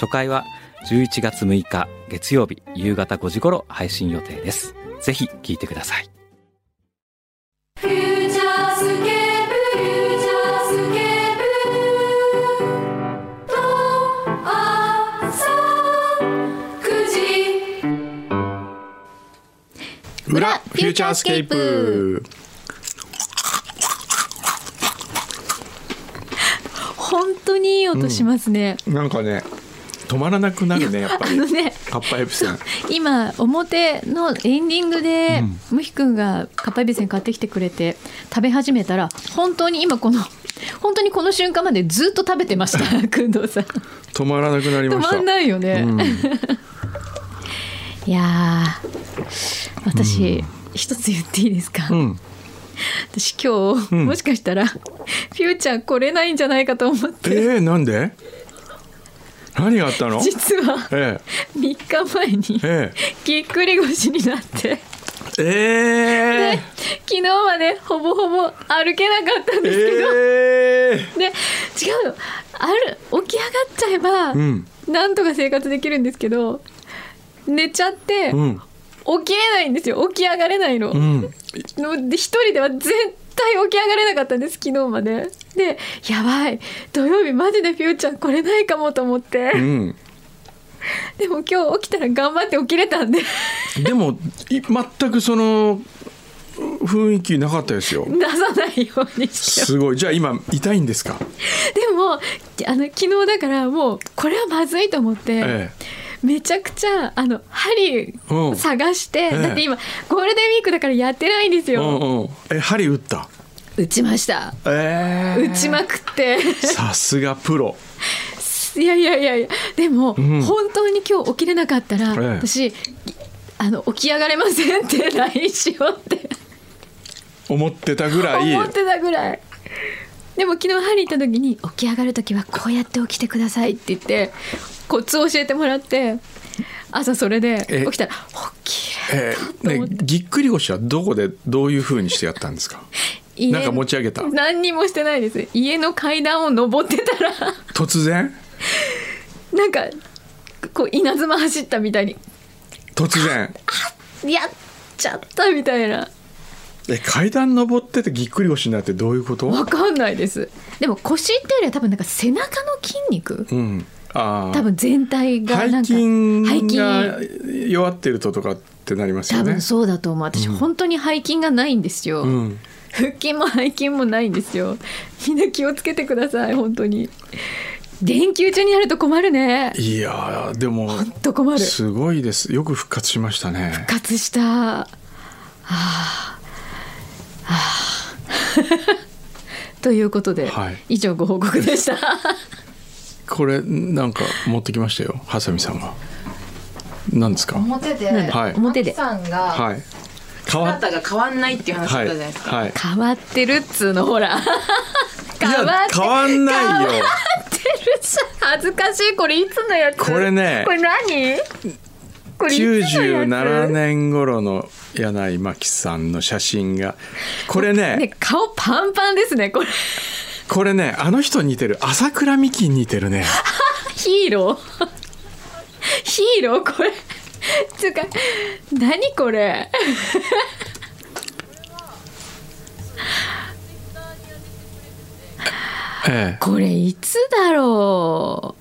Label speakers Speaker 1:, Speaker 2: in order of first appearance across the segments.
Speaker 1: 初回は11月6日月曜日夕方5時頃配信予定ですぜひ聞いてください
Speaker 2: フューチャースケープフューチャースケープと朝9時
Speaker 3: 裏フューチャースケープ
Speaker 4: 本当にいい音しますね、
Speaker 3: なんかね止まらなくなるね やっぱり
Speaker 4: あのね
Speaker 3: カッパエプセン
Speaker 4: 今表のエンディングで、ムヒ君がカッパエビセン買ってきてくれて食べ始めたら本当に今この本当にこの瞬間までずっと食べてました工藤さん
Speaker 3: 止まらなくなり
Speaker 4: 止
Speaker 3: まし
Speaker 4: ま
Speaker 3: た
Speaker 4: んないよね、
Speaker 3: うん
Speaker 4: いやー私、一つ言っていいですか、
Speaker 3: うん
Speaker 4: 私今日、
Speaker 3: ん
Speaker 4: もしかしたらフューチャー来れないんじゃないかと思
Speaker 3: え
Speaker 4: って
Speaker 3: ー、なんで何があったの
Speaker 4: 実は
Speaker 3: え
Speaker 4: 3日前に
Speaker 3: ええ
Speaker 4: ぎっくり腰になって。
Speaker 3: ええ
Speaker 4: 昨日はねほぼほぼ歩けなかったん
Speaker 3: え
Speaker 4: ですけど、
Speaker 3: ええ
Speaker 4: で違うよある起き上がっちゃえば、
Speaker 3: ん
Speaker 4: なんとか生活できるんですけど寝ちゃって、
Speaker 3: うん
Speaker 4: 起きれないんですよ起き上がれないの。
Speaker 3: うん
Speaker 4: ので一人では絶対起き上がれなかったんです昨日まで。でやばい土曜日マジでフューちゃん来れないかもと思って、
Speaker 3: うん
Speaker 4: でも今日起きたら頑張って起きれたんで
Speaker 3: でもい全くその雰囲気なかったですよ
Speaker 4: 出さないようにしてます
Speaker 3: すごいじゃあ今痛いんですか
Speaker 4: でもあの昨日だからもうこれはまずいと思って、
Speaker 3: え
Speaker 4: めちゃくちゃあの針
Speaker 3: うん
Speaker 4: 探して、
Speaker 3: ええ
Speaker 4: だって今ゴールデンウィークだからやってないんです
Speaker 3: えう
Speaker 4: よ、
Speaker 3: んうんえ針打った
Speaker 4: 打ちました
Speaker 3: ええ
Speaker 4: 打ちまくって、
Speaker 3: さすがプロ
Speaker 4: いやいやいやいやでも、
Speaker 3: ん
Speaker 4: 本当に今日起きれなかったら、
Speaker 3: ええ
Speaker 4: 私いあの起き上がれませんって LINE しようって
Speaker 3: 思ってたぐらい
Speaker 4: 思ってたぐらいでも昨日針行った時に起き上がる時はこうやって起きてくださいって言ってコツを教えてもらって朝それで
Speaker 3: え
Speaker 4: 起きたら起きれ
Speaker 3: えーね、ぎっくり腰はどこでどういうふうにしてやったんですか
Speaker 4: 家
Speaker 3: なんか持ち上げた
Speaker 4: 何にもしてないです家の階段を登ってたら
Speaker 3: 突然
Speaker 4: なんかこう稲妻走ったみたいに
Speaker 3: 突然
Speaker 4: やっちゃったみたいな
Speaker 3: え階段登っててぎっくり腰になるってどういうこと
Speaker 4: わかんないですでも腰っていうよりは多分なんか背中の筋肉
Speaker 3: うんあー
Speaker 4: 多分全体がな
Speaker 3: 背
Speaker 4: んか
Speaker 3: 筋
Speaker 4: 背
Speaker 3: が
Speaker 4: 筋
Speaker 3: 弱ってるととかってなりますよ
Speaker 4: 多
Speaker 3: ね
Speaker 4: 分そうだと思う私、本当に背筋がないんですよ、
Speaker 3: うん、
Speaker 4: 腹筋も背筋もないんですよみんな気をつけてください本当に連休中になると困るね
Speaker 3: いやーでも
Speaker 4: ほんと困る
Speaker 3: すごいですよく復活しましたね
Speaker 4: 復活したああああ ということで、
Speaker 3: はい
Speaker 4: 以上ご報告で した
Speaker 3: これなんか持ってきましたよハサミさんが何ですか
Speaker 5: 表で、
Speaker 4: なんだ
Speaker 3: はい
Speaker 4: 表で
Speaker 5: さんが、
Speaker 3: はい変
Speaker 5: あ
Speaker 3: わ
Speaker 5: なたが変わんないっていう話だ
Speaker 3: は
Speaker 5: っ
Speaker 3: い
Speaker 5: たじゃないですか。
Speaker 3: はい
Speaker 4: 変わってるっつうのほら変
Speaker 3: い
Speaker 4: わ
Speaker 3: や
Speaker 4: って
Speaker 3: 変わんないよ
Speaker 4: ってるじゃん恥ずかしいこれいつのやつ
Speaker 3: これね
Speaker 4: これ何これいつのやつ
Speaker 3: 97年頃の柳井真紀さんの写真がこれね
Speaker 4: ね顔パンパンですねこれ
Speaker 3: これねあの人似てる朝倉美紀に似てるね
Speaker 4: ヒーローヒーローこれつうか何これ
Speaker 3: ええ
Speaker 4: これいつだろ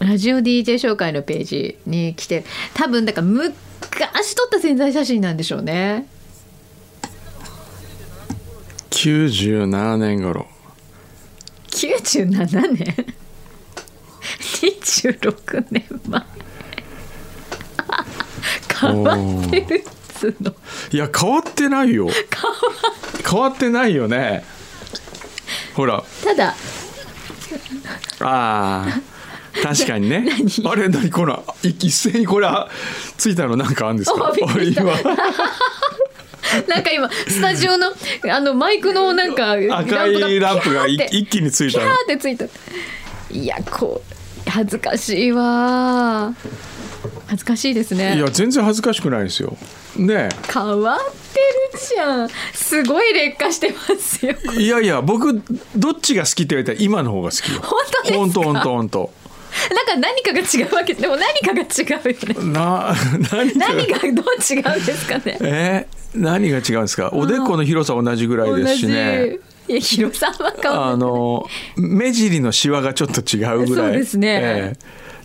Speaker 4: うラジオ DJ 紹介のページに来て多分だから昔撮った宣材写真なんでしょうね
Speaker 3: 97年頃
Speaker 4: 97年26年前変わってるっつうの
Speaker 3: いや変わってないよ変わってないよねほら
Speaker 4: ただ
Speaker 3: ああ確か にねあれ何このい一斉にこれはついたのなんかあるんですか
Speaker 4: おびっくりした
Speaker 3: お今
Speaker 4: なんか今スタジオのあのマイクのなんか
Speaker 3: 赤いランプがい一気につい
Speaker 4: キ
Speaker 3: た
Speaker 4: ャ
Speaker 3: の
Speaker 4: ーってついたいやこう恥ずかしいわ恥ずかしいです
Speaker 3: い
Speaker 4: ね
Speaker 3: や全然恥ずかしくないですよね
Speaker 4: 変わってるじゃんすごい劣化してますよ
Speaker 3: えいやいや僕どっちが好きって言われたら今の方が好きよ
Speaker 4: 本当ですか
Speaker 3: 本当本当本当
Speaker 4: なんか何かが違うわけでも何かが違うよね
Speaker 3: な何が
Speaker 4: 何がどう違うんですかね
Speaker 3: えー何が違うんですかおでこの広さ同じぐらい
Speaker 4: 同
Speaker 3: です
Speaker 4: じ
Speaker 3: し
Speaker 4: い
Speaker 3: ね
Speaker 4: や広さは変わ
Speaker 3: あの目尻のシワがちょっと違うぐらい
Speaker 4: そうですね
Speaker 3: え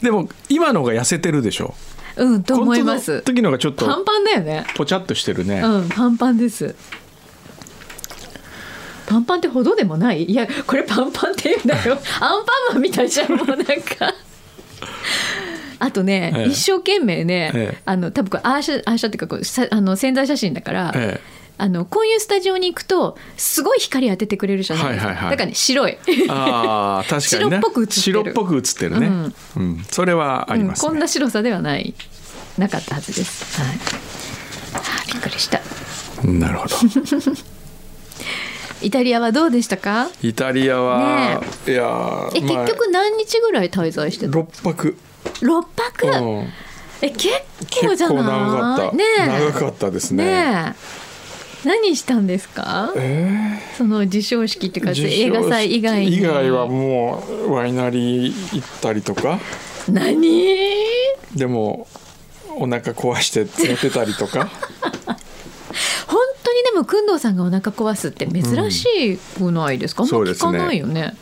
Speaker 3: でも今の方が痩せてるでしょ
Speaker 4: うんと思いま
Speaker 3: この
Speaker 4: す
Speaker 3: 時の方がちょっ
Speaker 4: パン
Speaker 3: と
Speaker 4: パンだよね
Speaker 3: ぽちゃっとしてるね、
Speaker 4: うん、パンパンです。パンパンってほどでもない。いや、これパンパンって言う んだよ。アンパンマンみたいじゃん、もうなんか。あとね、
Speaker 3: ええ
Speaker 4: 一生懸命ね、
Speaker 3: ええ
Speaker 4: あの多分これアーシャアーシャっていうかこうさあの潜在写真だから、
Speaker 3: え
Speaker 4: あのこういうスタジオに行くとすごい光当ててくれるじゃないですか、
Speaker 3: はいはいはい
Speaker 4: だからね白い、
Speaker 3: えあー確かにね
Speaker 4: 白っぽく映ってる
Speaker 3: 白っぽく映ってるね、うんそれはあります、ね
Speaker 4: うんこんな白さではないなかったはずです、はい、あーびっくりした
Speaker 3: なるほど
Speaker 4: イタリアはどうでしたか
Speaker 3: イタリアは、
Speaker 4: ね
Speaker 3: いやー
Speaker 4: え、
Speaker 3: まあ
Speaker 4: 結局何日ぐらい滞在してた
Speaker 3: 六泊、
Speaker 4: 六泊、
Speaker 3: うん
Speaker 4: え結構じ
Speaker 3: 結
Speaker 4: ゃ
Speaker 3: 構
Speaker 4: ない
Speaker 3: 長かった、
Speaker 4: ねえ
Speaker 3: 長かったですね
Speaker 4: ねえ何したんですか
Speaker 3: え
Speaker 4: その授賞式っていうか
Speaker 3: ー
Speaker 4: 映画祭以外に
Speaker 3: 以外はもうワイナリー行ったりとか
Speaker 4: 何
Speaker 3: でもお腹壊して連れてたりとか
Speaker 4: 本当にでも工藤さんがお腹壊すって珍しくないですか、
Speaker 3: うん
Speaker 4: あんま
Speaker 3: そうで
Speaker 4: 聞
Speaker 3: す
Speaker 4: か
Speaker 3: ね
Speaker 4: ないよね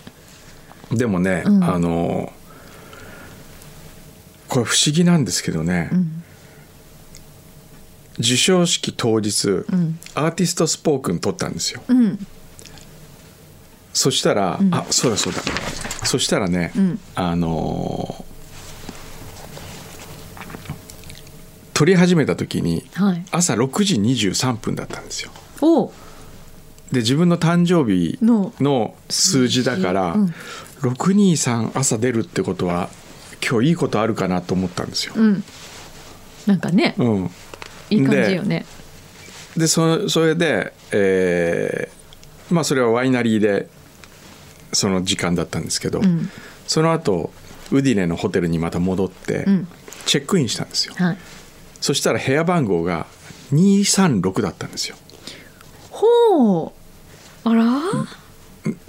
Speaker 3: でもね、
Speaker 4: うん
Speaker 3: あのこれ不思議なんですけどね、
Speaker 4: ん
Speaker 3: 授賞式当日、
Speaker 4: ん
Speaker 3: アーティストスポークン撮ったんですよ
Speaker 4: うん
Speaker 3: そしたら、あそうだそうだそしたらね、
Speaker 4: ん
Speaker 3: あの撮り始めた時に
Speaker 4: はい
Speaker 3: 朝6時23分だったんですよ
Speaker 4: おう
Speaker 3: で自分の誕生日
Speaker 4: の
Speaker 3: の数字だから、
Speaker 4: うん
Speaker 3: 623朝出るってことは今日いいことあるかなと思ったんですよ。
Speaker 4: うんなんかね
Speaker 3: うん
Speaker 4: いい感じよね
Speaker 3: でそそれで、えーまあそれはワイナリーでその時間だったんですけど、
Speaker 4: うん
Speaker 3: その後ウディネのホテルにまた戻って
Speaker 4: うん
Speaker 3: チェックインしたんですよ、
Speaker 4: はい
Speaker 3: そしたら部屋番号が236だったんですよ
Speaker 4: ほうあら、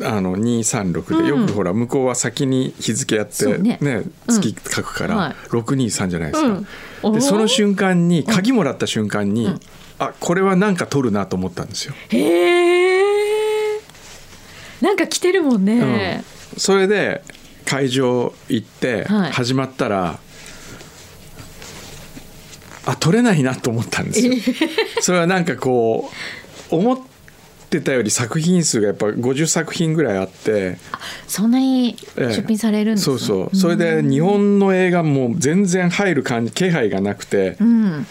Speaker 3: あの236で、
Speaker 4: うん
Speaker 3: よくほら向こうは先に日付やって
Speaker 4: そうね
Speaker 3: ね月
Speaker 4: うん
Speaker 3: 書くか
Speaker 4: はい
Speaker 3: ら623じゃないですか、
Speaker 4: うん
Speaker 3: でそ
Speaker 4: お
Speaker 3: の
Speaker 4: ー
Speaker 3: 瞬間に鍵もらった瞬間に、あこれはなんか取るなと思ったんですよ
Speaker 4: へえなんか来てるもんね、
Speaker 3: それで会場行って
Speaker 4: はい
Speaker 3: 始まったら、あ取れないなと思ったんですよ。 それはなんかこう思ってたより作品数がやっぱ50作品ぐらいあって、
Speaker 4: そんなに
Speaker 3: ええ
Speaker 4: 出品されるんです
Speaker 3: そ
Speaker 4: ね
Speaker 3: うそうそれで日本の映画も全然入る感じ気配がなくて、
Speaker 4: うん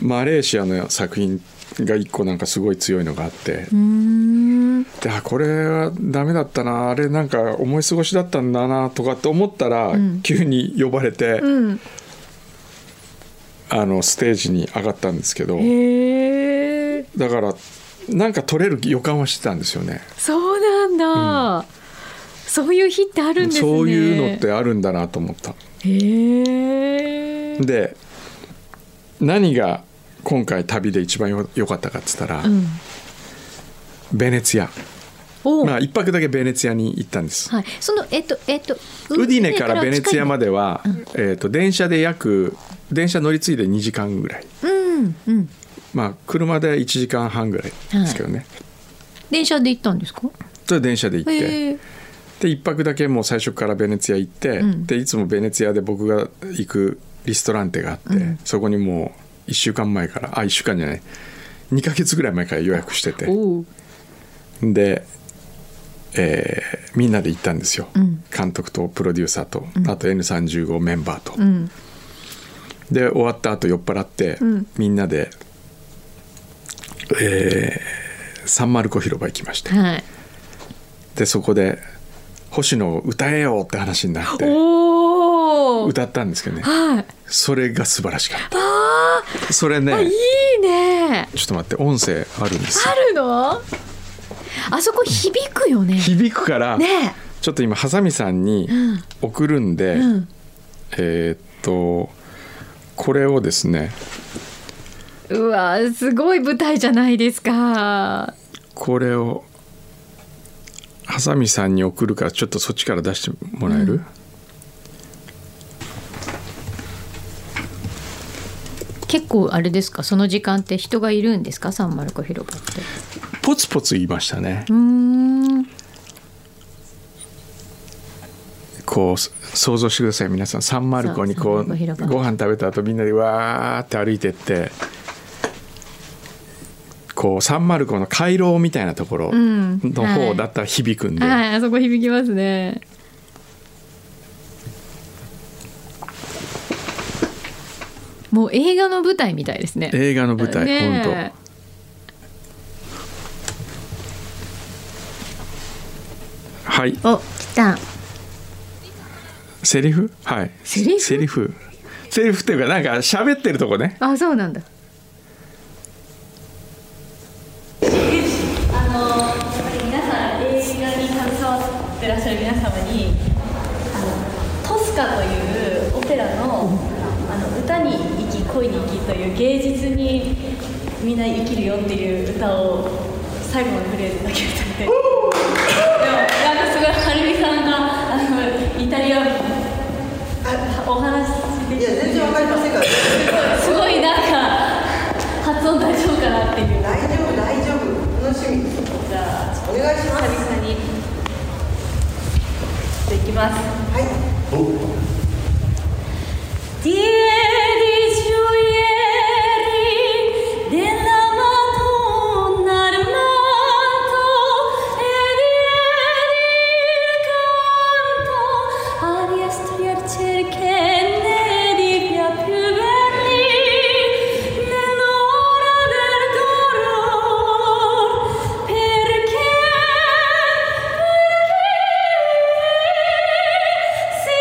Speaker 3: マレーシアの作品が一個なんかすごい強いのがあって、
Speaker 4: うーん
Speaker 3: であこれはダメだったなあれなんか思い過ごしだったんだなとかって思ったら、
Speaker 4: ん
Speaker 3: 急に呼ばれて、
Speaker 4: うん
Speaker 3: あのステージに上がったんですけど
Speaker 4: へえ
Speaker 3: だからなんか取れる予感はしてたんですよね
Speaker 4: そうなんだ、そういう日ってあるんですね
Speaker 3: そういうのってあるんだなと思った
Speaker 4: へえ
Speaker 3: で何が今回旅で一番よ良かったかっつったら、
Speaker 4: うん
Speaker 3: ベネツィア
Speaker 4: お、
Speaker 3: まあ一泊だけベネツィアに行ったんです、
Speaker 4: はいそのえっとえっと
Speaker 3: ウディネからベネツィアま
Speaker 4: で
Speaker 3: では、えー、と電車で約電車乗り継いで2時間ぐらい
Speaker 4: うんうん
Speaker 3: まあ、車で1時間半ぐらいですけどね、
Speaker 4: 電車で行ったんですか
Speaker 3: それで電車で行って、
Speaker 4: へえ
Speaker 3: で1泊だけもう最初からベネツィア行って、
Speaker 4: ん
Speaker 3: でいつもベネツィアで僕が行くリストランテがあって、そこにもう1週間前からあ1週間じゃない2ヶ月ぐらい前から予約してて
Speaker 4: おう
Speaker 3: で、えーみんなで行ったんですよ、
Speaker 4: ん
Speaker 3: 監督とプロデューサーと、あと N35 メンバーと、
Speaker 4: うん
Speaker 3: で終わった後酔っ払って、
Speaker 4: ん
Speaker 3: みんなで、えーサンマルコ広場行きまして
Speaker 4: はい
Speaker 3: でそこで星野を歌えよって話になって
Speaker 4: おお。
Speaker 3: 歌ったんですけどね
Speaker 4: はい。
Speaker 3: それが素晴らしかっ
Speaker 4: あ
Speaker 3: たそれ
Speaker 4: あ、い
Speaker 3: ね
Speaker 4: いね。
Speaker 3: ちょっと待って音声あるんですよ
Speaker 4: あるの？あそこ響くよね。
Speaker 3: 響くから、
Speaker 4: ね
Speaker 3: ちょっと今ハサミさんに
Speaker 4: ん
Speaker 3: 送るんで、
Speaker 4: え。うん。
Speaker 3: えーっとこれをですね
Speaker 4: うわーすごい舞台じゃないですか。
Speaker 3: これをハサミさんに送るからちょっとそっちから出してもらえる、
Speaker 4: 結構あれですか。その時間って人がいるんですか。サンマルコ広場って。
Speaker 3: ポツポツ言いましたね、
Speaker 4: うーん。
Speaker 3: こうそ想像してください皆さんサンマルコにこう
Speaker 4: そうサンマルコ広場
Speaker 3: ご飯食べた後みんなでわーって歩いてってこうサンマルコの回廊みたいなところ
Speaker 4: ん
Speaker 3: の
Speaker 4: は
Speaker 3: 方
Speaker 4: い
Speaker 3: だったら響くんで、
Speaker 4: はい、あそこ響きますね。もう映画の舞台みたいですね。
Speaker 3: 映画の舞台、
Speaker 4: ねえ
Speaker 3: 本当はい
Speaker 4: お、来た。
Speaker 3: セリフはい
Speaker 4: セリフ
Speaker 3: セリフセリフっていうかなんか喋ってるとこね
Speaker 4: あ、そうなんだ。
Speaker 5: あのやっぱり皆さん映画に携わってらっしゃる皆様に「あのトスカ」というオペラのあの歌に生き恋に生きという芸術にみんな生きるよっていう歌を最後のフレーズだけ歌ってでもなんかすごいはるみさんがあのイタリアあお話しできて
Speaker 6: 全然わかりませんから大
Speaker 5: すごいなんか発音大丈夫かなっていう。
Speaker 6: 丈夫大丈夫楽しみ
Speaker 5: じゃあ
Speaker 6: お願いします
Speaker 5: 久々にじゃあいきます
Speaker 6: はい
Speaker 5: Dieci ieri della Madonna armato ed ieri canto a riastriarci che ne ribbia più verni nell'ora del dolor perché perché si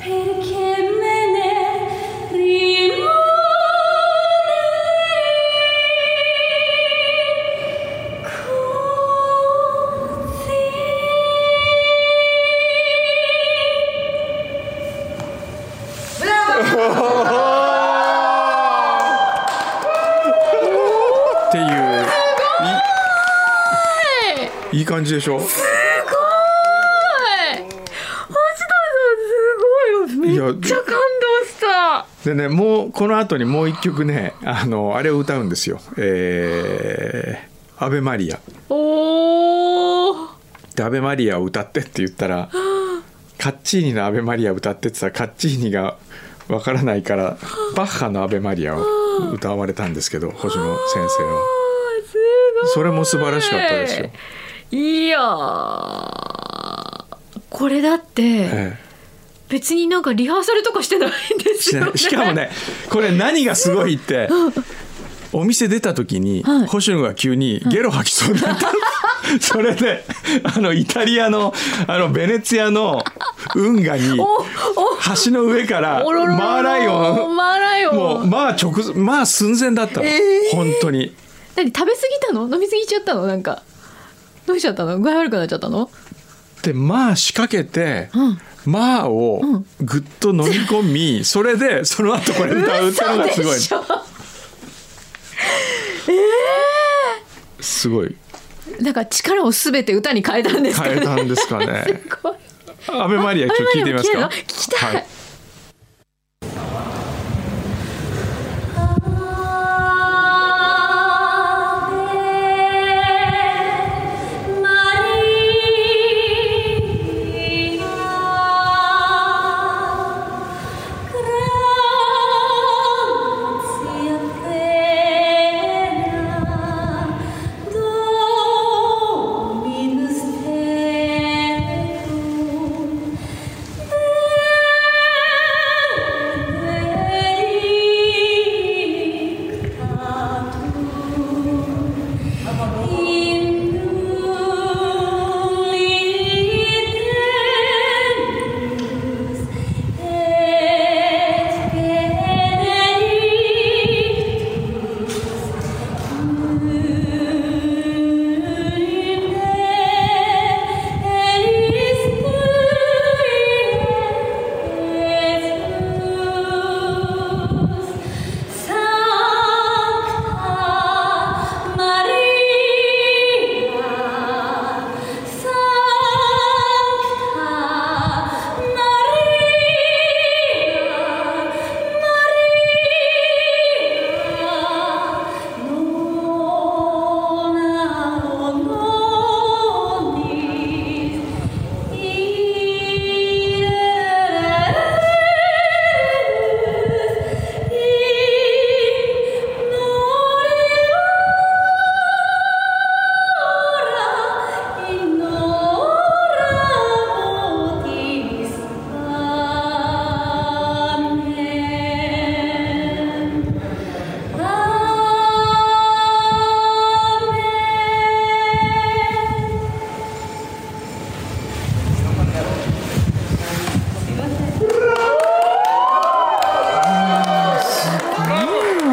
Speaker 5: ペルケメネリモネコー
Speaker 3: っていういいい感じでしょ
Speaker 4: はい。星田さんすごい
Speaker 3: い
Speaker 4: よ。
Speaker 3: や
Speaker 4: めっちゃ感動した。
Speaker 3: でねもうこの後にもう一曲ねあのあれを歌うんですよえー「アベマリア」
Speaker 4: おお。
Speaker 3: で「アベマリア」を歌ってって言ったらカッチーニの「アベマリア」を歌ってって言ったらカッチーニがわからないからバッハの「アベマリア」を歌われたんですけど星野先生は
Speaker 4: すごい。
Speaker 3: それも素晴らしかったですよ。
Speaker 4: いやー。これだって
Speaker 3: え
Speaker 4: 別になんかリハーサルとかしてないんで
Speaker 3: えし
Speaker 4: す
Speaker 3: な
Speaker 4: よ
Speaker 3: い
Speaker 4: ね。
Speaker 3: しかもねこれ何がすごいってお店出た時に
Speaker 4: はい
Speaker 3: 星野が急にゲロ吐きそうになった、それであのイタリアのあのベネツィアの運河に
Speaker 4: おお
Speaker 3: 橋の上から
Speaker 4: おろろろろ
Speaker 3: マーライオン
Speaker 4: マーライオン
Speaker 3: もうまあ直前まあ寸前だったの、本当に
Speaker 4: 何食べ過ぎたの飲み過ぎちゃったのなんかどうしちゃったの具合悪くなっちゃったの
Speaker 3: でまあ仕掛けて、
Speaker 4: うん
Speaker 3: まあをぐっと飲み込み、それでその後これ歌うっていうのがすごい
Speaker 4: 嘘でしょ
Speaker 3: すごい
Speaker 4: なんか力をすべて歌に変えたんですかね
Speaker 3: 変えたんですかね
Speaker 4: すごい
Speaker 3: アベマリアちょっと聞いてみます
Speaker 4: アベマ
Speaker 3: か
Speaker 4: リアも聞けるの聞きたい
Speaker 3: はい
Speaker 5: 「Dominus tecum,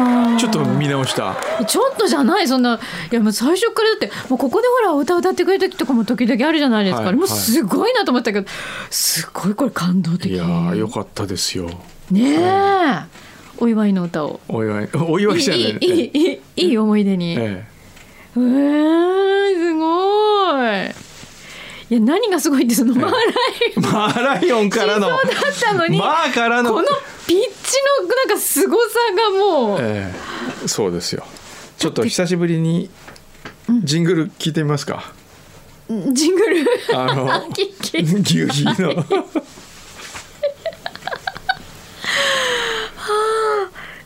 Speaker 3: か
Speaker 4: ちょっとじゃないそんないやもう最初からだってもうここでほらお歌歌ってくれる時とかも時々あるじゃないですか、
Speaker 3: はい
Speaker 4: あれもうすごいなと思ったけどすごいこれ感動的
Speaker 3: いやーよかったですよ
Speaker 4: ねえお祝いの歌を
Speaker 3: お祝い お祝いじゃない
Speaker 4: いいいいいいいい思い出に、
Speaker 3: え
Speaker 4: えー、すごいいや何がすごいってそのマーライ
Speaker 3: えマーライオンからの
Speaker 4: オンだったのに、
Speaker 3: マーからの
Speaker 4: このピッチのなんか凄さがもう、
Speaker 3: ええそうですよちょっと久しぶりにジングル聞いてみますか、
Speaker 4: ジングル
Speaker 3: あ の
Speaker 4: キッキ
Speaker 3: 牛
Speaker 4: ー
Speaker 3: 皮の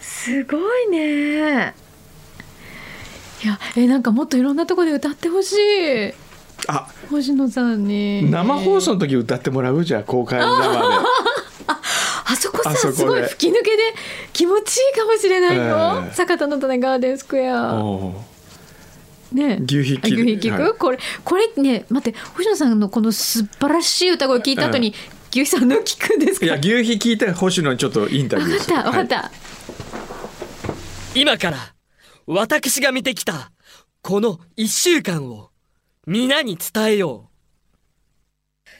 Speaker 4: すごいねいやえなんかもっといろんなとこで歌ってほしい
Speaker 3: あ
Speaker 4: 星野さんに
Speaker 3: 生放送の時歌ってもらうじゃあ公開の生で。
Speaker 4: あそこさ
Speaker 3: あそこです
Speaker 4: ごい吹き抜けで気持ちいいかもしれないよ、
Speaker 3: ええ
Speaker 4: 坂田の種ガーデンスクエア
Speaker 3: おう
Speaker 4: ね、
Speaker 3: 牛皮切
Speaker 4: あ
Speaker 3: る
Speaker 4: 牛皮聞く、
Speaker 3: はい
Speaker 4: これこれね待って星野さんのこの素晴らしい歌声を聞いた後に、牛皮さんの聞くんですか
Speaker 3: いや牛皮聞いて星野にちょっとインタビュー
Speaker 4: 分かった分かった、
Speaker 7: 今から私が見てきたこの一週間を皆に伝えよう。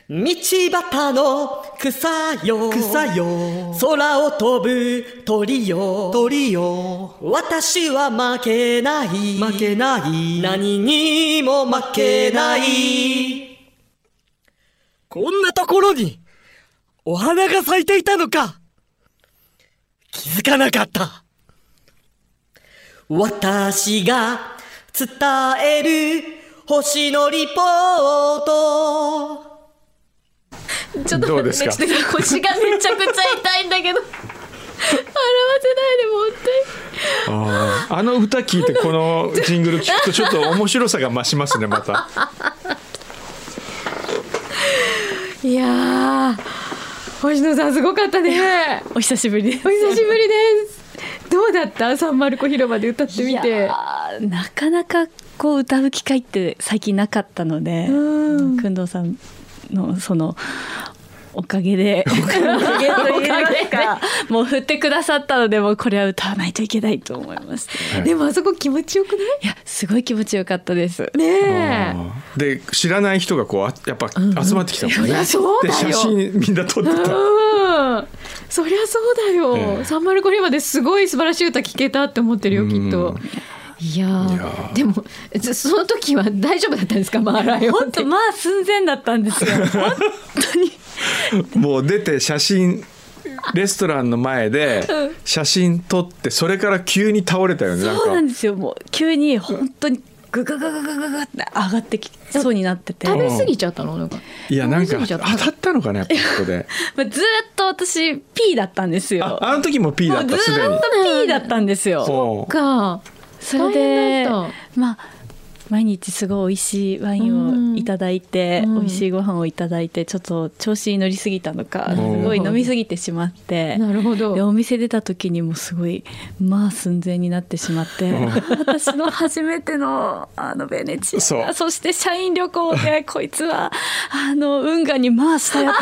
Speaker 7: 道端の草よ草よ空を飛ぶ鳥よ鳥よ私は負けない負けない何にも負けないこんなところにお花が咲いていたのか気づかなかった私が伝える星のリポート。
Speaker 4: ちょっと
Speaker 3: どう
Speaker 4: 待
Speaker 3: で
Speaker 4: っ
Speaker 3: す
Speaker 4: て
Speaker 3: か
Speaker 4: ねちょっと腰がめちゃくちゃ痛いんだけど笑わせないでもっ
Speaker 3: あーあの歌聞いてこのジングル聞くとちょっと面白さが増しますねまた
Speaker 4: ていやー星野さんすごかったねお久しぶりですお久しぶりですどうだったサンマルコ広場で歌ってみ
Speaker 8: い
Speaker 4: て
Speaker 8: やーなかなかこう歌う機会って最近なかったので
Speaker 4: うん
Speaker 8: 工藤さんのそのおかげでおかげと言いますか もう振ってくださったのでもうこれは歌わないといけないと思いました
Speaker 4: でもあそこ気持ちよくない
Speaker 8: いやすごい気持ちよかったです
Speaker 4: ねえ
Speaker 3: で知らない人がこうあやっぱ集まってきたもんね、
Speaker 4: いやそうだ
Speaker 3: で写
Speaker 4: よ
Speaker 3: 真みんな撮ってた
Speaker 4: うんそりゃそうだよ、
Speaker 3: ええ
Speaker 4: サンマルコリまですごい素晴らしい歌聴けたって思ってるよきっと。いやー
Speaker 3: いやー
Speaker 4: でもそその時は大丈夫だったんですかマーライオン
Speaker 8: 本
Speaker 4: って
Speaker 8: 当まあ寸前だった んですよ本当に
Speaker 3: もう出て写真レストランの前で写真撮ってそれから急に倒れたよねなん
Speaker 8: そうなん
Speaker 3: か
Speaker 8: ですよもう急に本当にグググググググって上がってきそうになってて
Speaker 4: 食べ過ぎちゃったのなんか
Speaker 3: いやなんか
Speaker 4: 通り過ぎち
Speaker 3: 当
Speaker 4: ゃった
Speaker 3: たったのかなやっぱここで
Speaker 8: まあずーっと私 P だったんです
Speaker 3: あ
Speaker 8: よ
Speaker 3: あの時も P だったすでに
Speaker 8: ずーっと P だったんですよ。
Speaker 3: そ
Speaker 4: か
Speaker 8: そ
Speaker 4: 大
Speaker 8: れ
Speaker 4: 変
Speaker 8: で
Speaker 4: だっ
Speaker 8: まあ毎日すごい美味しいワインをいただいて、
Speaker 4: うんうん
Speaker 8: 美味しいご飯をいただいてちょっと調子に乗りすぎたのか、
Speaker 3: ん
Speaker 8: すごい飲みすぎてしまって。
Speaker 4: なるほ
Speaker 8: でお
Speaker 4: ど
Speaker 8: 店出た時にもすごいまあ寸前になってしまって私の初めてのあのベネチア
Speaker 3: そう
Speaker 8: そして社員旅行 でこいつはあの運河にまあしたや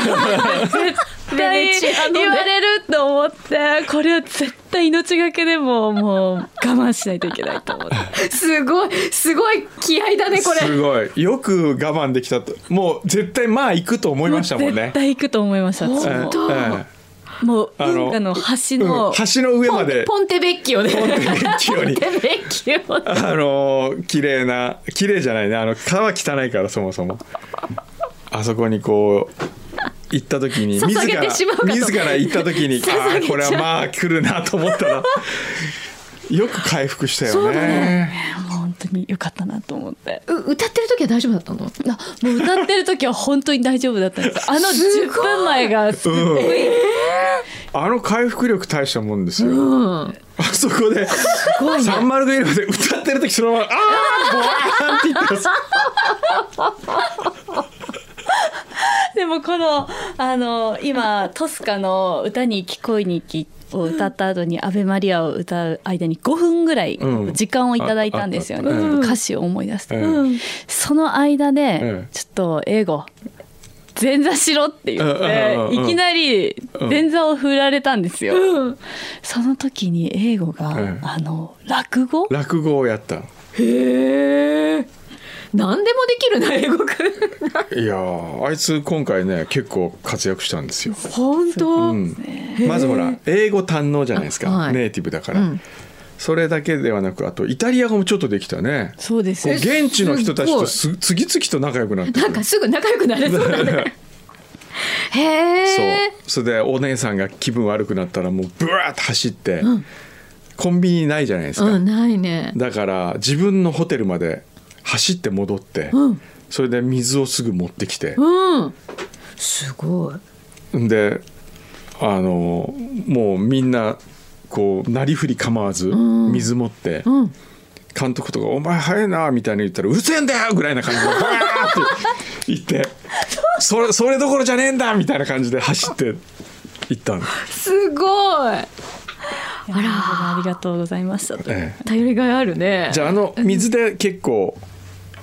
Speaker 8: つ 絶対言われると思ってこれは絶対命がけでももう我慢しないといけないと思って
Speaker 4: すごいすごい気合だね
Speaker 3: う
Speaker 4: これ
Speaker 3: すごいよく我慢できたともう絶対まあ行くと思い ましたもんね
Speaker 8: 絶対行くと思いました私
Speaker 3: え
Speaker 8: も
Speaker 3: え
Speaker 4: 当
Speaker 3: え
Speaker 8: もう
Speaker 3: あの
Speaker 8: 運河の
Speaker 3: え
Speaker 8: 橋
Speaker 3: うん
Speaker 8: の、
Speaker 3: 橋の上まで
Speaker 4: ポンテベッキオで
Speaker 3: ポン
Speaker 4: ポ
Speaker 3: ってッキオに
Speaker 4: ンテベッキオ で
Speaker 3: あのー綺麗な綺麗じゃないねあの川汚いからそもそもあそこにこう行った時に自
Speaker 4: 捧げ
Speaker 3: ら
Speaker 4: てしまうかと
Speaker 3: 自ら行った時に
Speaker 4: 捧げちゃう
Speaker 3: ああーこれはまあ来るなと思ったらよく回復したよね
Speaker 4: そうだね
Speaker 8: もう本当に良かったなと思って
Speaker 4: う歌ってる時は大丈夫だったの
Speaker 8: あもう歌ってる時は本当に大丈夫だったんですよあの
Speaker 4: す
Speaker 8: 10
Speaker 4: ごい
Speaker 8: 分前がす
Speaker 3: うんあの回復力大したもんですよ、
Speaker 4: うん
Speaker 3: あそこでサンマルクイルマで歌ってる時そのまま「ああボワーン!」って言ってます
Speaker 8: でもこのあの今トスカの「歌に聞こえに行き」を歌った後に「アベマリア」を歌う間に5分ぐらい
Speaker 3: うん
Speaker 8: 時間をいただいたんですよね、
Speaker 3: あああ
Speaker 8: 歌詞を思い出すと、
Speaker 3: うん
Speaker 8: その間で
Speaker 3: うん
Speaker 8: ちょっと英語前座しろって言っ
Speaker 3: うんうん
Speaker 8: て
Speaker 3: うんうん
Speaker 8: いきなり前座を振られたんですよ、
Speaker 4: うん
Speaker 8: その時に英語が、
Speaker 3: うん
Speaker 8: あの落語
Speaker 3: 落語をやったの
Speaker 4: へえ何でもできるな英語くん
Speaker 3: いやーあいつ今回ね結構活躍したんですよ、
Speaker 4: 本当、
Speaker 3: うん、まずほら英語堪能じゃないですか、
Speaker 4: あはい
Speaker 3: ネイティブだから、
Speaker 4: うん
Speaker 3: それだけではなくあとイタリア語もちょっとできたね
Speaker 8: そうですよ
Speaker 4: え
Speaker 3: 現地の人たちと
Speaker 4: す
Speaker 3: す次々と仲良くなってくる
Speaker 4: なんかすぐ仲良くなれそうだね
Speaker 3: そう
Speaker 4: へえ
Speaker 3: それでお姉さんが気分悪くなったらもうブワーッと走って、コンビニないじゃないですか、
Speaker 4: うんないね
Speaker 3: だから自分のホテルまで走って戻って、
Speaker 4: うん
Speaker 3: それで水をすぐ持ってきて、
Speaker 4: うんすごい
Speaker 3: であのもうみんなこうなりふり構わず水持って、
Speaker 4: うん
Speaker 3: 監督とか「お前早いな」みたいに言ったら「うるせえんだよ!」ぐらいな感じでバーって言って「それそれどころじゃねえんだ!」みたいな感じで走って行ったの。
Speaker 4: すごい
Speaker 8: あらありがとうございましたと
Speaker 3: ええ
Speaker 4: 頼りがいあるね
Speaker 3: じゃああの水で結構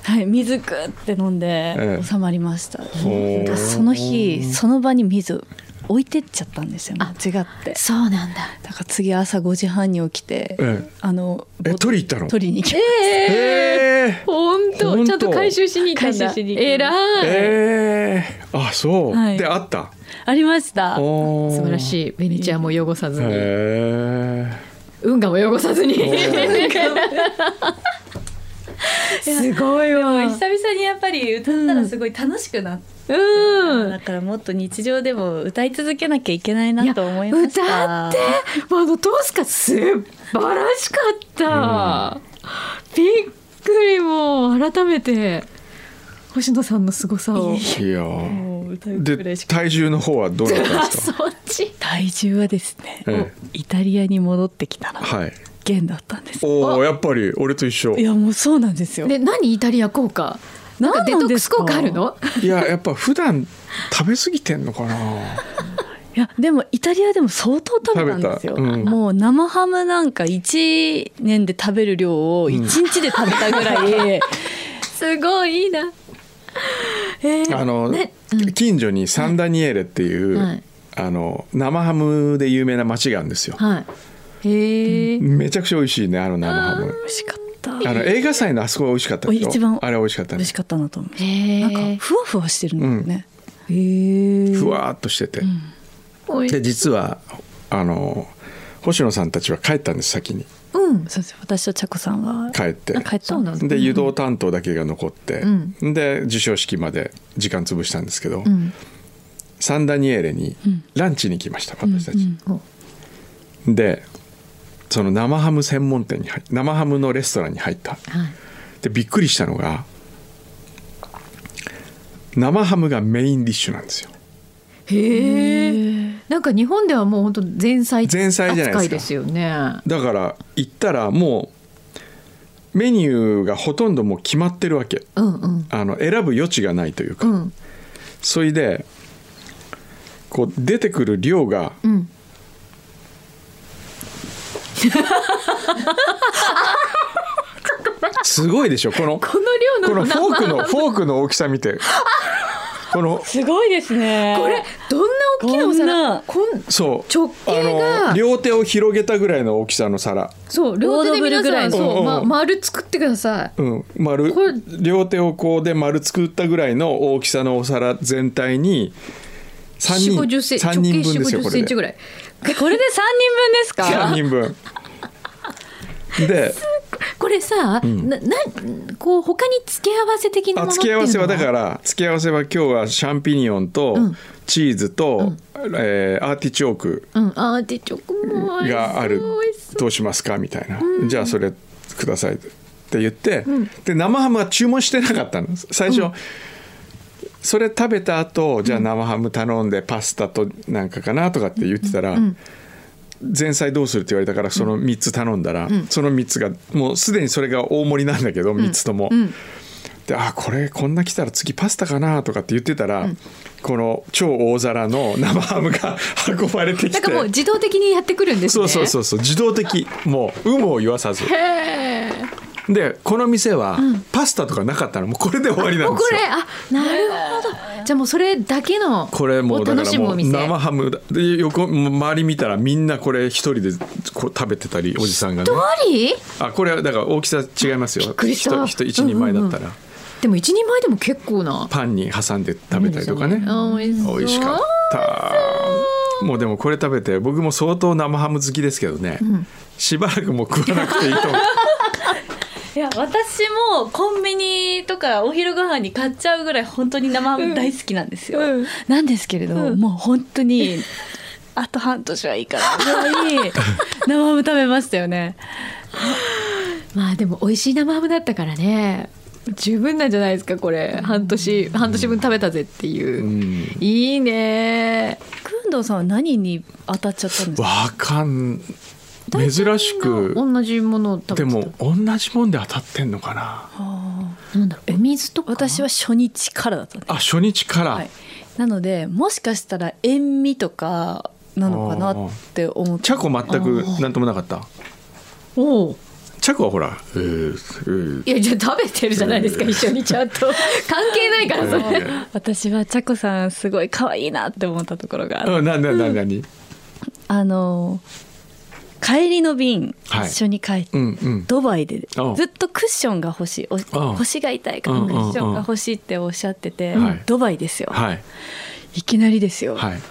Speaker 8: はい水グーって飲ん
Speaker 3: え
Speaker 8: で
Speaker 3: え
Speaker 8: 収まりました、
Speaker 3: ー
Speaker 8: なんかその日その場に水置いてっちゃったんですよ間違って
Speaker 4: そうなんだ
Speaker 8: だから次朝5時半に起きて、
Speaker 3: ええ
Speaker 8: あの
Speaker 3: え
Speaker 8: ボ
Speaker 3: 取り行ったの
Speaker 8: 取りに行きまし
Speaker 3: えー
Speaker 4: 本
Speaker 3: ほんと
Speaker 4: 当ちゃんと回収しに行ったんだ
Speaker 8: 回収しに行きま
Speaker 4: え
Speaker 8: した
Speaker 4: らい、
Speaker 3: えー、あそう、
Speaker 8: はい
Speaker 3: であった
Speaker 8: たありました
Speaker 3: 素
Speaker 4: 素晴らしいベニちゃんも汚さず
Speaker 3: へ
Speaker 4: に、
Speaker 3: え
Speaker 4: 運河も汚さずにすごいわ
Speaker 5: 久々にやっぱり歌ったらすごい楽しくなって、
Speaker 4: うん
Speaker 8: だからもっと日常でも歌い続けなきゃいけない
Speaker 4: い
Speaker 8: な
Speaker 4: や
Speaker 8: と思いました
Speaker 4: 歌ってあのトースカ素晴らしかった、びっくりもう改めて星野さんの凄さを
Speaker 3: ー、いやー
Speaker 8: もう歌うくら
Speaker 3: で
Speaker 8: いしか
Speaker 3: 体重の方はどうだったん
Speaker 4: あ
Speaker 3: ですか、
Speaker 4: そっち
Speaker 8: 体重はですね、
Speaker 3: え
Speaker 8: イタリアに戻ってきたら
Speaker 3: え、はい
Speaker 8: 減だったんです
Speaker 3: おおやっぱり俺と一緒
Speaker 8: いやもうそうなんですよ
Speaker 4: で何イタリア効果なんかデトックス効果あるの
Speaker 3: いややっぱ普段食べ過ぎてんのかない
Speaker 8: やでもイタリアでも相当食べたんですよ、
Speaker 3: 食べたうん
Speaker 8: もう生ハムなんか1年で食べる量を1日で食べたぐらい、
Speaker 4: すごいいいな。えー
Speaker 3: あの、
Speaker 4: ねうん
Speaker 3: 近所にサンダニエレっていう、
Speaker 4: はい
Speaker 3: あの生ハムで有名な町があるんですよ、
Speaker 4: はい。へえ、
Speaker 3: めちゃくちゃ美味しいねあの生ハム
Speaker 8: 美味しかった
Speaker 3: あの映画祭のあそこが美味しかったけど
Speaker 8: お一番
Speaker 3: あれ美味しかった
Speaker 8: 美
Speaker 3: ね
Speaker 8: 味しかったなと思う
Speaker 4: へえ
Speaker 8: なんかふわふわしてるんだよね、
Speaker 3: ふわーっとしてて、
Speaker 4: おい
Speaker 3: で実はあの星野さんたちは帰ったんです先に
Speaker 4: うん。
Speaker 8: そうです私と茶子さんは
Speaker 3: 帰って
Speaker 8: あ帰ったんだ
Speaker 4: そう
Speaker 3: で誘導担当だけが残って、で授賞式まで時間潰したんですけど、サンダニエレにランチに来ました、私たち、でその生ハム専門店に入生ハムのレストランに入った
Speaker 4: はい。
Speaker 3: でびっくりしたのが生ハムがメインディッシュなんですよ
Speaker 4: へえ。なんか日本ではもう本当前菜
Speaker 3: 前菜じゃないですか
Speaker 4: 扱いですよね。
Speaker 3: だから行ったらもうメニューがほとんどもう決まってるわけ
Speaker 4: うんうん
Speaker 3: あの選ぶ余地がないというか、
Speaker 4: うん
Speaker 3: それでこう出てくる量が、
Speaker 4: ん
Speaker 3: すごいでしょこのこ
Speaker 4: この量
Speaker 3: の
Speaker 4: の
Speaker 3: フォークのフォークの大きさ見てこの
Speaker 8: すごいですね
Speaker 4: これどんな大きなお皿こ
Speaker 8: こ
Speaker 4: ん
Speaker 3: そう
Speaker 4: 直径が
Speaker 3: あの両手を広げたぐらいの大きさの皿、
Speaker 4: そう両手で皆
Speaker 8: ロードブルぐら
Speaker 4: さ
Speaker 8: い
Speaker 4: ん
Speaker 8: の
Speaker 4: そう、
Speaker 3: うん
Speaker 4: ま、
Speaker 3: うん
Speaker 4: 丸作ってくださ
Speaker 3: うん、丸
Speaker 4: これ
Speaker 3: 両手をこうで丸作ったぐらいの大きさのお皿全体に
Speaker 4: い。四
Speaker 3: 3
Speaker 4: 五
Speaker 3: 人
Speaker 4: 十センチ
Speaker 3: 3
Speaker 4: 直
Speaker 3: 人
Speaker 4: 径
Speaker 3: 分
Speaker 4: 四
Speaker 3: で
Speaker 4: 五
Speaker 3: すよ
Speaker 4: 十
Speaker 3: こ
Speaker 4: セ
Speaker 3: れ
Speaker 4: ンチ
Speaker 3: で
Speaker 4: ぐらい。
Speaker 8: えこれで3人分ですか
Speaker 3: 3人分で
Speaker 4: これさ、ななこう他に付け合わせ的な
Speaker 3: あ
Speaker 4: ものって
Speaker 3: 付
Speaker 4: い
Speaker 3: け
Speaker 4: う
Speaker 3: 合
Speaker 4: の
Speaker 3: わせはだから付け合わせは今日はシャンピニオンと
Speaker 4: うん
Speaker 3: チーズと、えーアーティチョーク
Speaker 4: うん、アーティチョコも美味しそう
Speaker 3: がある
Speaker 4: 美味しそう
Speaker 3: どうしますかみたいな、じゃあそれくださいって言って、で生ハムは注文してなかったの最初、それ食べた後じゃあ生ハム頼んでパスタとなんかかなとかって言ってたら、前菜どうするって言われたからその3つ頼んだら、その3つがもうすでにそれが大盛りなんだけど3つとも。であこれこんな来たら次パスタかなとかって言ってたら、この超大皿の生ハムが 運ばれてきて
Speaker 4: なんかもう自動的にやってくるんですね
Speaker 3: そうそうそうそう自動的もう有無を言わさずでこの店はパスタとかなかったらもうこれで終わりなん
Speaker 4: もう
Speaker 3: で
Speaker 4: こ
Speaker 3: すよ
Speaker 4: れあなるほどじゃあもうそれだけの
Speaker 3: これも
Speaker 4: を
Speaker 3: うだか
Speaker 4: 楽
Speaker 3: ら
Speaker 4: しむ
Speaker 3: も
Speaker 4: お
Speaker 3: う
Speaker 4: 店
Speaker 3: 生ハムだで横もう周り見たらみんなこれ一人でこう食べてたりおじさんがね
Speaker 4: あり
Speaker 3: あこれはだから大きさ違いますよ
Speaker 4: びっくりした
Speaker 3: 人人一人前だったら、
Speaker 4: でも一人前でも結構な
Speaker 3: パンに挟んで食べたりとかね
Speaker 4: あ美味しそう
Speaker 3: 美味しかったもうでもこれ食べて僕も相当生ハム好きですけどね、しばらくもう食わなくていいと思う
Speaker 8: いや私もコンビニとかお昼ご飯に買っちゃうぐらい本当に生ハム大好きなんですよ、
Speaker 4: うん
Speaker 8: なんですけれど、もう本 当にあと半年はいいからぐらい生ハム食べましたよね
Speaker 4: まあでも美味しい生ハムだったからね十分なんじゃないですかこれ半年半年分食べたぜっていう、いいね
Speaker 8: 工藤さんは何に当たっちゃったんですか
Speaker 3: わかん珍しく
Speaker 4: 同じものを食べて
Speaker 3: で
Speaker 4: た
Speaker 3: も同じもんで当たってんのかな
Speaker 4: なんだろうお水とか
Speaker 8: 私は初日からだったんです
Speaker 3: あ初日から、
Speaker 8: はい、なのでもしかしたら塩味とかなのかなって思って
Speaker 3: チャコ全く何ともなかった
Speaker 4: おう
Speaker 3: チャコはほら、えーえー
Speaker 4: いやじゃあ食べてるじゃないですか一緒にちゃんと 関係ないからそれ
Speaker 3: えー
Speaker 8: 私はチャコさんすごい可愛いなって思ったところがあって
Speaker 3: うんななななに
Speaker 8: あの帰りの便、
Speaker 3: はい
Speaker 8: 一緒に帰って、
Speaker 3: うんうん
Speaker 8: ドバイで
Speaker 3: ああ
Speaker 8: ずっとクッションが欲しいお
Speaker 3: ああ
Speaker 8: 腰が痛いから
Speaker 3: うん
Speaker 8: ク
Speaker 3: うんうん
Speaker 8: ッションが欲しいっておっしゃってて、
Speaker 3: はい
Speaker 8: ドバイですよ、
Speaker 3: はい
Speaker 8: い、きなりですよ、
Speaker 3: はい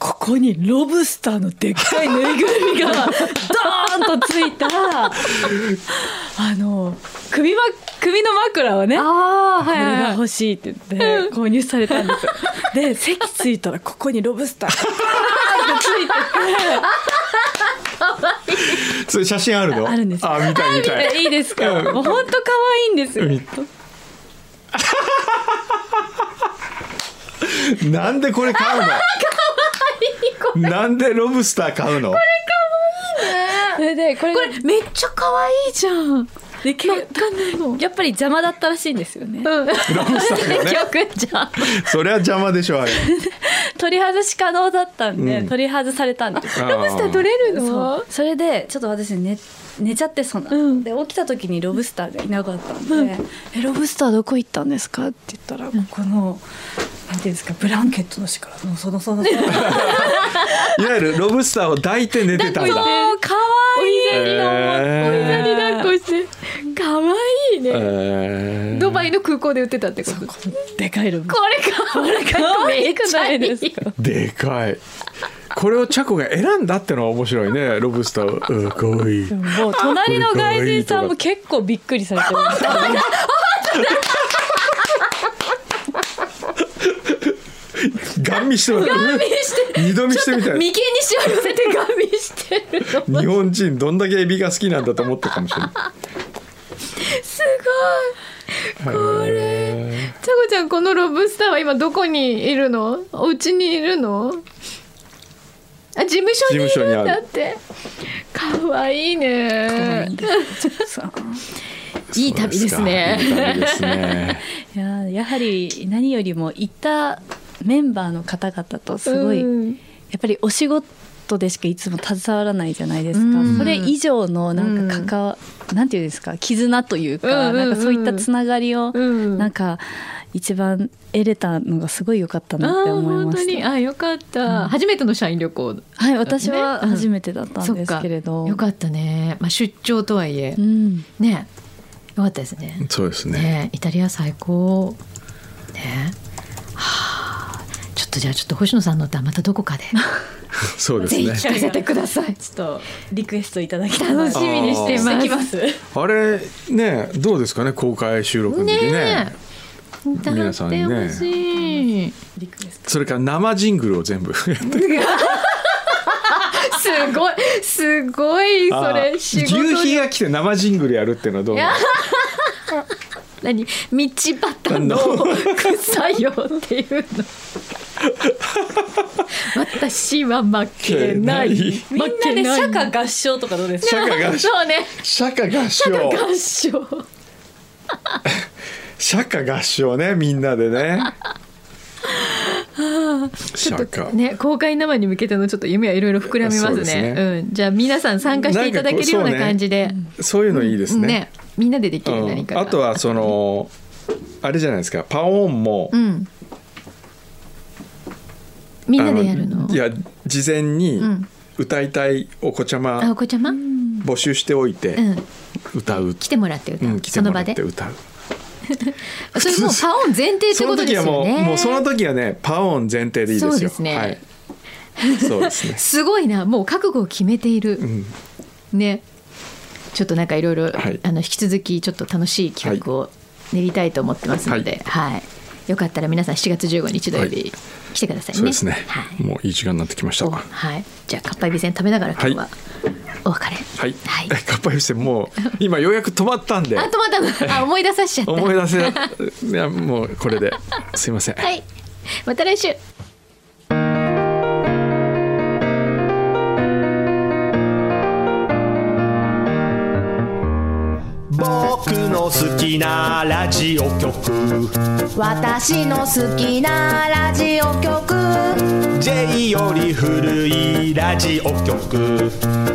Speaker 8: ここにロブスターのでっかいぬいぐるみがドーンとついたあの首,、ま、首の枕をね
Speaker 4: ああ
Speaker 8: こ
Speaker 4: は
Speaker 8: れ
Speaker 4: い
Speaker 8: が
Speaker 4: はいはい
Speaker 8: 欲しいって言って購入されたんですよ で席ついたらここにロブスターがドーンとついて
Speaker 3: それ写真あるの
Speaker 8: ああるんですよ
Speaker 3: あ見たい見たい
Speaker 8: えいいですか。もう本当可愛いんですよ。
Speaker 3: なんでこれ買うのなんでロブスター買うの
Speaker 8: それでこれ
Speaker 4: これめっちゃ可愛いじゃん
Speaker 8: でけ
Speaker 4: かんないの
Speaker 8: やっぱり邪魔だったらしいんですよ
Speaker 4: う
Speaker 8: ね。
Speaker 4: ん
Speaker 3: ロブスターが ね
Speaker 4: 逆じゃん
Speaker 3: それは邪魔でしょあれ
Speaker 8: 取り外し可能だったんで、
Speaker 3: うん
Speaker 8: 取り外されたんです。
Speaker 3: ロブスター
Speaker 4: 取れる
Speaker 8: そ
Speaker 4: の
Speaker 8: うそれでちょっと私寝寝ちゃってその、
Speaker 4: ん
Speaker 8: で起きた時にロブスターがいなかったんで「えロブスターどこ行ったんですか?」って言ったら、ここのなんていうんですかブランケットの下からのそのそのそ
Speaker 3: い
Speaker 8: の
Speaker 3: わゆるロブスターを抱いて寝てたんだ
Speaker 8: そう可愛い
Speaker 3: え
Speaker 4: 何だっこして可愛いね、
Speaker 3: ーえー
Speaker 4: ドバイの空港で売ってたってことこ
Speaker 8: でかいロブス
Speaker 4: れかこれ
Speaker 8: ター可愛
Speaker 4: め
Speaker 8: く
Speaker 4: ち
Speaker 8: な
Speaker 4: ゃい
Speaker 8: いで
Speaker 4: い
Speaker 8: すか
Speaker 3: でかいこれをチャコが選んだってのは面白いねロブスターをうんかわいい
Speaker 8: もう隣の外人さんも結構びっくりされてるんですよ
Speaker 3: ガン見してる
Speaker 4: して
Speaker 3: 二度見してみたい
Speaker 4: 眉間にしわ寄せてガミしてるの
Speaker 3: 日本人どんだけエビが好きなんだと思ったかもしれない
Speaker 4: すごいこれちゃこちゃんこのロブスターは今どこにいるのお家にいるのあ事務所にいるんだって可愛いねいい旅
Speaker 3: い
Speaker 4: です
Speaker 3: い旅
Speaker 4: ね
Speaker 3: ですね
Speaker 8: いやーやはり何よりも行ったメンバーの方々とすごい、
Speaker 4: うん
Speaker 8: やっぱりお仕事でしかいつも携わらないじゃないですか、
Speaker 4: うん
Speaker 8: それ以上のなんか関わ、なんていうんですか絆というか,、
Speaker 4: うんうんうん
Speaker 8: なんかそういったつながりを
Speaker 4: うん
Speaker 8: なんか一番得れたのがすごい良かったなって思いま
Speaker 4: あー本当
Speaker 8: し
Speaker 4: に
Speaker 8: た。
Speaker 4: あよかった、初めての社員旅行
Speaker 8: はい、私
Speaker 4: ね
Speaker 8: は
Speaker 4: うん
Speaker 8: 初めてだったんですけれど、
Speaker 4: そっかよかったね、まあ、出張とはいえ、
Speaker 8: うん、
Speaker 4: ねよかったですね
Speaker 3: そうですね
Speaker 4: ねイタリア最高ねはあちょっとじゃあちょっと星野さんの歌またどこかで
Speaker 3: そうです
Speaker 4: ぜひ
Speaker 3: ね
Speaker 4: 聞かせてください
Speaker 8: ちょっとリクエストいただきたい
Speaker 4: 楽しみにしてます
Speaker 8: できます。
Speaker 3: あれねどうですかね公開収録の時ね
Speaker 4: ねえ歌
Speaker 3: 皆
Speaker 4: っ
Speaker 3: さん
Speaker 4: て
Speaker 3: に
Speaker 4: ほ
Speaker 3: ね
Speaker 4: しい、
Speaker 8: リクエスト
Speaker 3: それから生ジングルを全 部
Speaker 4: すごいすごいそれ仕事
Speaker 3: 夕日
Speaker 4: に
Speaker 3: が来て生ジングルやるっていうのはどうなの
Speaker 4: 何道端の草よっていうの 私は負けない
Speaker 3: 負けない
Speaker 4: 負
Speaker 8: みんな
Speaker 4: け
Speaker 8: で
Speaker 4: ない
Speaker 8: 社歌合唱とかどうですか
Speaker 3: 社歌合唱
Speaker 4: そうね
Speaker 3: 釈迦合
Speaker 4: 合
Speaker 3: 唱
Speaker 4: 唱
Speaker 3: 釈迦合唱ねみんなでね
Speaker 4: ちょ
Speaker 3: 釈
Speaker 4: っと
Speaker 3: 迦
Speaker 4: ね公開生に向けてのちょっと夢はいろいろ膨らみま
Speaker 3: そう
Speaker 4: す
Speaker 3: です
Speaker 4: ね
Speaker 3: ね
Speaker 4: うんじゃあ皆さん参加していただけるような感じで
Speaker 3: そういうのいいです
Speaker 4: うん
Speaker 3: ね
Speaker 4: ねみんなでできる
Speaker 3: う
Speaker 4: 何
Speaker 3: ん
Speaker 4: かが
Speaker 3: あとはそのあれじゃないですかパオーンも、
Speaker 4: うんみんなでやるの
Speaker 3: あいや事前に
Speaker 4: ん
Speaker 3: 歌いたいお子ちゃ
Speaker 4: あお
Speaker 3: ま
Speaker 4: 子ちゃまうん
Speaker 3: 募集しておいて歌う、
Speaker 4: 来てもらって歌
Speaker 3: う
Speaker 4: う、
Speaker 3: ん、来て
Speaker 4: その
Speaker 3: もら
Speaker 4: 場
Speaker 3: って
Speaker 4: で
Speaker 3: 歌う
Speaker 4: それもうパオン前提って
Speaker 3: そ
Speaker 4: こ
Speaker 3: の
Speaker 4: とで
Speaker 3: 時
Speaker 4: す
Speaker 3: は
Speaker 4: よ
Speaker 3: もう,、
Speaker 4: ね
Speaker 3: もうその時はねパオーン前提でいいですよ
Speaker 4: そうですね
Speaker 3: はい、そうです ね
Speaker 4: すごいなもう覚悟を決めている、
Speaker 3: ん
Speaker 4: ねちょっとなんかいろいろ
Speaker 3: はい
Speaker 4: あの引き続きちょっと楽しい企画を練りたいと思ってますので、はいよかったら皆さん7月15日土曜
Speaker 3: は
Speaker 4: 日来てくださいね、
Speaker 3: そうですね、
Speaker 4: はい
Speaker 3: もういい時間になってきました
Speaker 4: お
Speaker 3: は
Speaker 4: はい、じゃあかっぱえびせん食べながら今日はお別れ、
Speaker 3: い、
Speaker 4: はい
Speaker 3: かっぱえびせんもう今ようやく止まったんで
Speaker 4: あ止まったのあ思い出させちゃった
Speaker 3: 思い出せいやもうこれですいま せん
Speaker 4: はいまた来週
Speaker 9: 僕の好きなラジオ局
Speaker 10: 私の好きなラジオ局
Speaker 9: J より古いラジオ局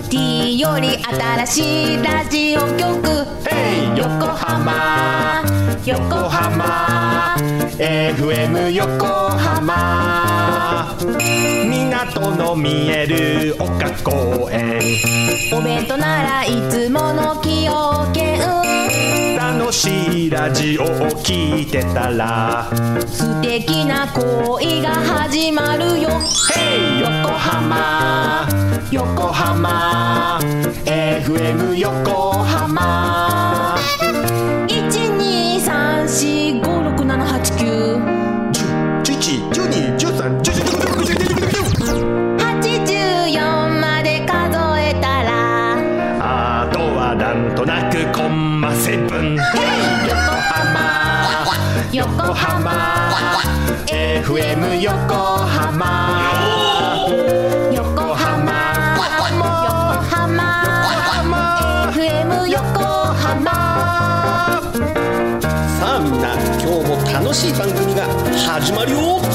Speaker 10: T より新しいラジオ局
Speaker 9: Hey 横浜
Speaker 10: 横
Speaker 9: 横浜 FM 横浜 港の見える丘公園
Speaker 10: お弁当ならいつもの崎陽軒
Speaker 9: 楽しいラジオを聞いてたら
Speaker 10: 素敵な恋が始まるよ
Speaker 9: Hey 横浜横浜 FM 横浜
Speaker 10: 123456789
Speaker 9: 11 12 13 14
Speaker 10: 84まで数えたら
Speaker 9: あとはなんとなくコンマセブン横浜
Speaker 10: 横
Speaker 9: 横浜 FM 横浜
Speaker 10: 横
Speaker 9: 横
Speaker 10: 浜
Speaker 9: 浜
Speaker 10: 横浜 FM 横浜
Speaker 9: さあみんな今日も楽しい番組が始まるよ